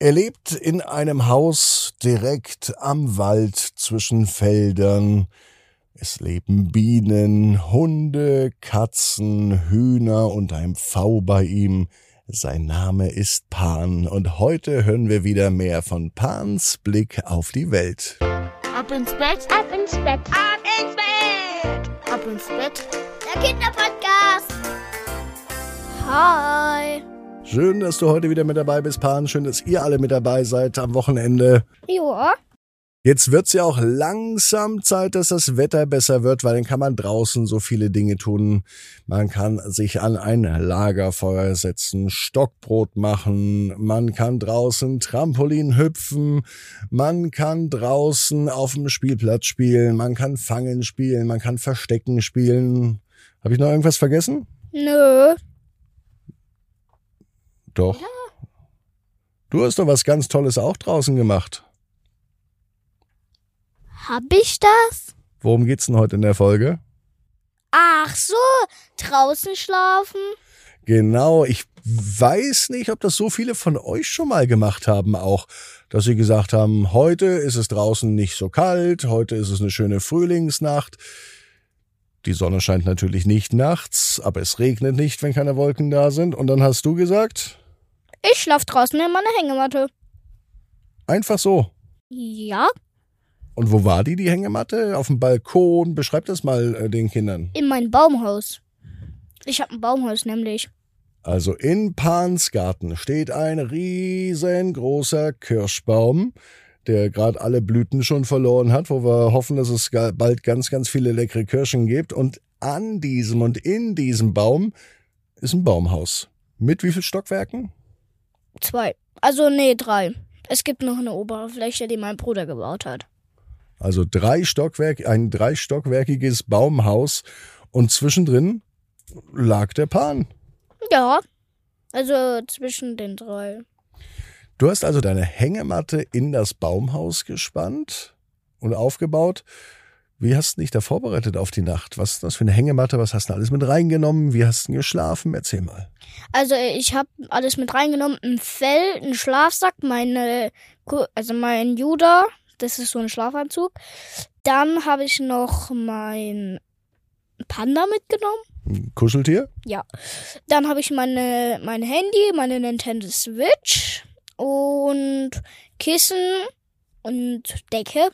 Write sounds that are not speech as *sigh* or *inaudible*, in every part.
Er lebt in einem Haus direkt am Wald zwischen Feldern. Es leben Bienen, Hunde, Katzen, Hühner und ein Pfau bei ihm. Sein Name ist Pan und heute hören wir wieder mehr von Pans Blick auf die Welt. Ab ins Bett, Ab ins Bett. Ab ins Bett! ab ins Bett, Der Kinderpodcast! Hi! Schön, dass du heute wieder mit dabei bist, Pan. Schön, dass ihr alle mit dabei seid am Wochenende. Joa. Jetzt wird's ja auch langsam Zeit, dass das Wetter besser wird, weil dann kann man draußen so viele Dinge tun. Man kann sich an ein Lagerfeuer setzen, Stockbrot machen, man kann draußen Trampolin hüpfen, man kann draußen auf dem Spielplatz spielen, man kann Fangen spielen, man kann Verstecken spielen. Habe ich noch irgendwas vergessen? Nö. Doch. Du hast doch was ganz Tolles auch draußen gemacht. Hab ich das? Worum geht's denn heute in der Folge? Ach so, draußen schlafen. Genau, ich weiß nicht, ob das so viele von euch schon mal gemacht haben, auch, dass sie gesagt haben, heute ist es draußen nicht so kalt, heute ist es eine schöne Frühlingsnacht. Die Sonne scheint natürlich nicht nachts, aber es regnet nicht, wenn keine Wolken da sind. Und dann hast du gesagt, Ich schlaf draußen in meiner Hängematte. einfach so. Ja, Und wo war die, die Hängematte? Auf dem Balkon? Beschreib das mal äh, den Kindern. in mein Baumhaus. Ich hab ein Baumhaus nämlich. Also in Pans Garten steht ein riesengroßer Kirschbaum, der gerade alle Blüten schon verloren hat, wo wir hoffen, dass es ga- bald ganz, ganz viele leckere Kirschen gibt. Und an diesem und in diesem Baum ist ein Baumhaus. Mit wie viel Stockwerken? Zwei. Also nee, drei. Es gibt noch eine Oberfläche, die mein Bruder gebaut hat. Also drei Stockwerk, ein dreistockwerkiges Baumhaus. Und zwischendrin lag der Pan. Ja. Also zwischen den drei. Du hast also deine Hängematte in das Baumhaus gespannt und aufgebaut. Wie hast du dich da vorbereitet auf die Nacht? Was ist das für eine Hängematte? Was hast du denn alles mit reingenommen? Wie hast du denn geschlafen? Erzähl mal. Also ich habe alles mit reingenommen, ein Fell, einen Schlafsack, meine, Ku- also mein Juda, das ist so ein Schlafanzug. Dann habe ich noch mein Panda mitgenommen. Ein Kuscheltier? Dann habe ich meine, mein Handy, meine Nintendo Switch und Kissen und Decke.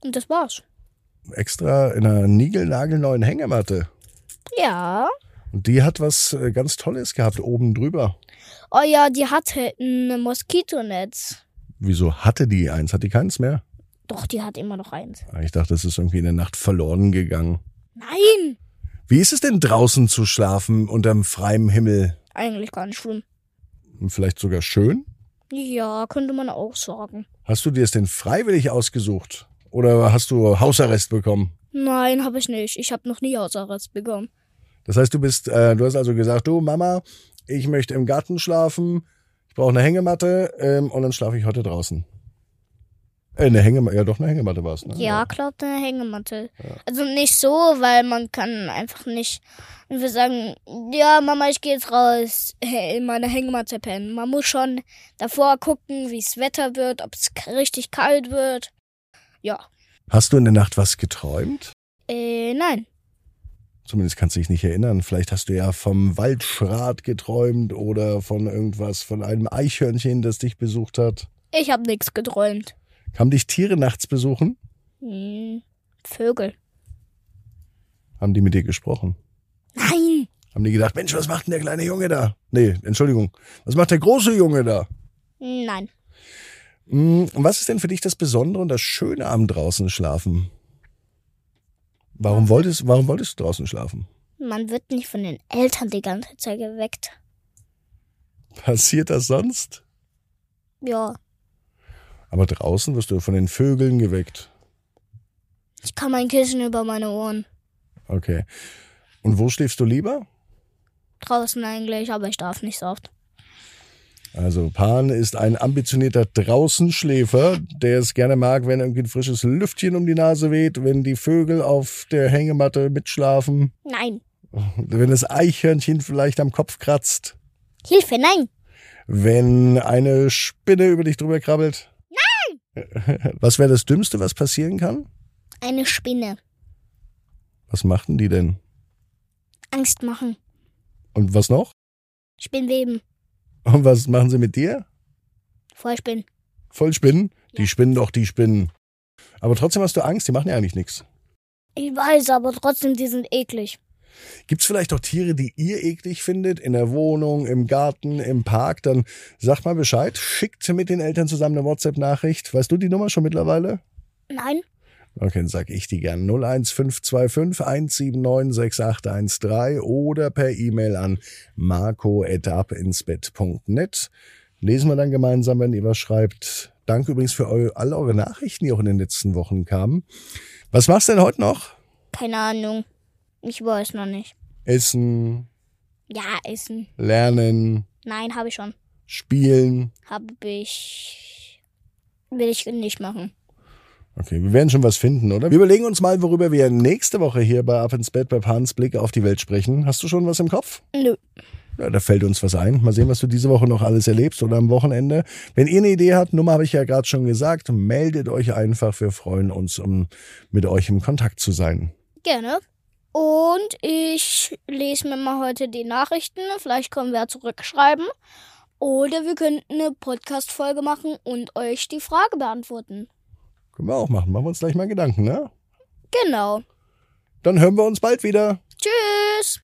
Und das war's. Extra in einer niegelnagelneuen Hängematte. Ja. Und die hat was äh, ganz Tolles gehabt oben drüber. Oh ja, die hatte ein Moskitonetz. Wieso hatte die eins? Hat die keins mehr? Ah, Doch, die hat immer noch eins. Ich dachte, das ist irgendwie in der Nacht verloren gegangen. Nein! Wie ist es denn draußen zu schlafen unterm freiem Himmel? Eigentlich gar nicht schlimm. Vielleicht sogar schön? Ja, könnte man auch sagen. Hast du dir es denn freiwillig ausgesucht? Oder hast du Hausarrest bekommen? Nein, habe ich nicht. Ich habe noch nie Hausarrest bekommen. Das heißt, du bist, äh, du hast also gesagt, du Mama, ich möchte im Garten schlafen, ich brauche eine Hängematte ähm, und dann schlafe ich heute draußen. Äh, eine Hängematte, ja doch, eine Hängematte war es. Ne? Ja, klaut eine Hängematte. Also nicht so, weil man kann einfach nicht wir sagen, ja, Mama, ich gehe jetzt raus *laughs* äh, in meine Hängematte pennen. Man muss schon davor gucken, wie es Wetter wird, ob es k- richtig kalt wird. Ja. Hast du in der Nacht was geträumt? Äh, nein. Zumindest kannst du dich nicht erinnern. Vielleicht hast du ja vom Waldschrat geträumt oder von irgendwas, von einem Eichhörnchen, das dich besucht hat. Ich habe nichts geträumt. Haben dich Tiere nachts besuchen? Hm, Vögel. Haben die mit dir gesprochen? Nein. Haben die gedacht, Mensch, was macht denn der kleine Junge da? Nee, Entschuldigung, was macht der große Junge da? Nein. Hm, und was ist denn für dich das Besondere und das Schöne am draußen schlafen? Warum wolltest, warum wolltest du draußen schlafen? *laughs* Man wird nicht von den Eltern die ganze Zeit geweckt. Passiert das sonst? Ja, Aber draußen wirst du von den Vögeln geweckt. ich kann mein Kissen über meine Ohren. Okay. Und wo schläfst du lieber? Draußen eigentlich, aber ich darf nicht so oft. Also Pan ist ein ambitionierter Draußenschläfer, der es gerne mag, wenn irgendwie ein frisches Lüftchen um die Nase weht, wenn die Vögel auf der Hängematte mitschlafen. Nein. Wenn das Eichhörnchen vielleicht am Kopf kratzt. Hilfe, nein. wenn eine Spinne über dich drüber krabbelt? Nein! *laughs* Was wäre das Dümmste, was passieren kann? Eine Spinne. Was machten die denn? Angst machen. Und was noch? Spinnweben. Und was machen sie mit dir? Vollspinnen. Voll Spinnen? Die spinnen doch, die Spinnen. Aber trotzdem hast du Angst, die machen ja eigentlich nichts. Ich weiß, aber trotzdem, die sind eklig. Gibt's vielleicht auch Tiere, die ihr eklig findet, in der Wohnung, im Garten, im Park? Dann sagt mal Bescheid, schickt mit den Eltern zusammen eine WhatsApp-Nachricht. Weißt du die Nummer schon mittlerweile? Nein? Okay, dann sag ich die gern. 01525 179 6813 oder per E-Mail an marco.abinsbett.net. Lesen wir dann gemeinsam, wenn ihr was schreibt. Danke übrigens für eu all eure Nachrichten, die auch in den letzten Wochen kamen. Was machst du denn heute noch? Keine Ahnung. Ich weiß noch nicht. Essen, Ja, Essen. lernen, Nein, habe ich schon. spielen. Habe ich. Will ich nicht machen. Okay, wir werden schon was finden, oder? Wir überlegen uns mal, worüber wir nächste Woche hier bei Ab ins Bett bei Pans Blick auf die Welt sprechen. Hast du schon was im Kopf? Nö. Ja, da fällt uns was ein. Mal sehen, was du diese Woche noch alles erlebst oder am Wochenende. Wenn ihr eine Idee habt, Nummer habe ich ja gerade schon gesagt, meldet euch einfach. Wir freuen uns, um mit euch im Kontakt zu sein. Gerne. Und ich lese mir mal heute die Nachrichten. Vielleicht können wir zurückschreiben. Oder wir könnten eine Podcast-Folge machen und euch die Frage beantworten. Können wir auch machen. Machen wir uns gleich mal Gedanken, ne? Genau. Dann hören wir uns bald wieder. Tschüss.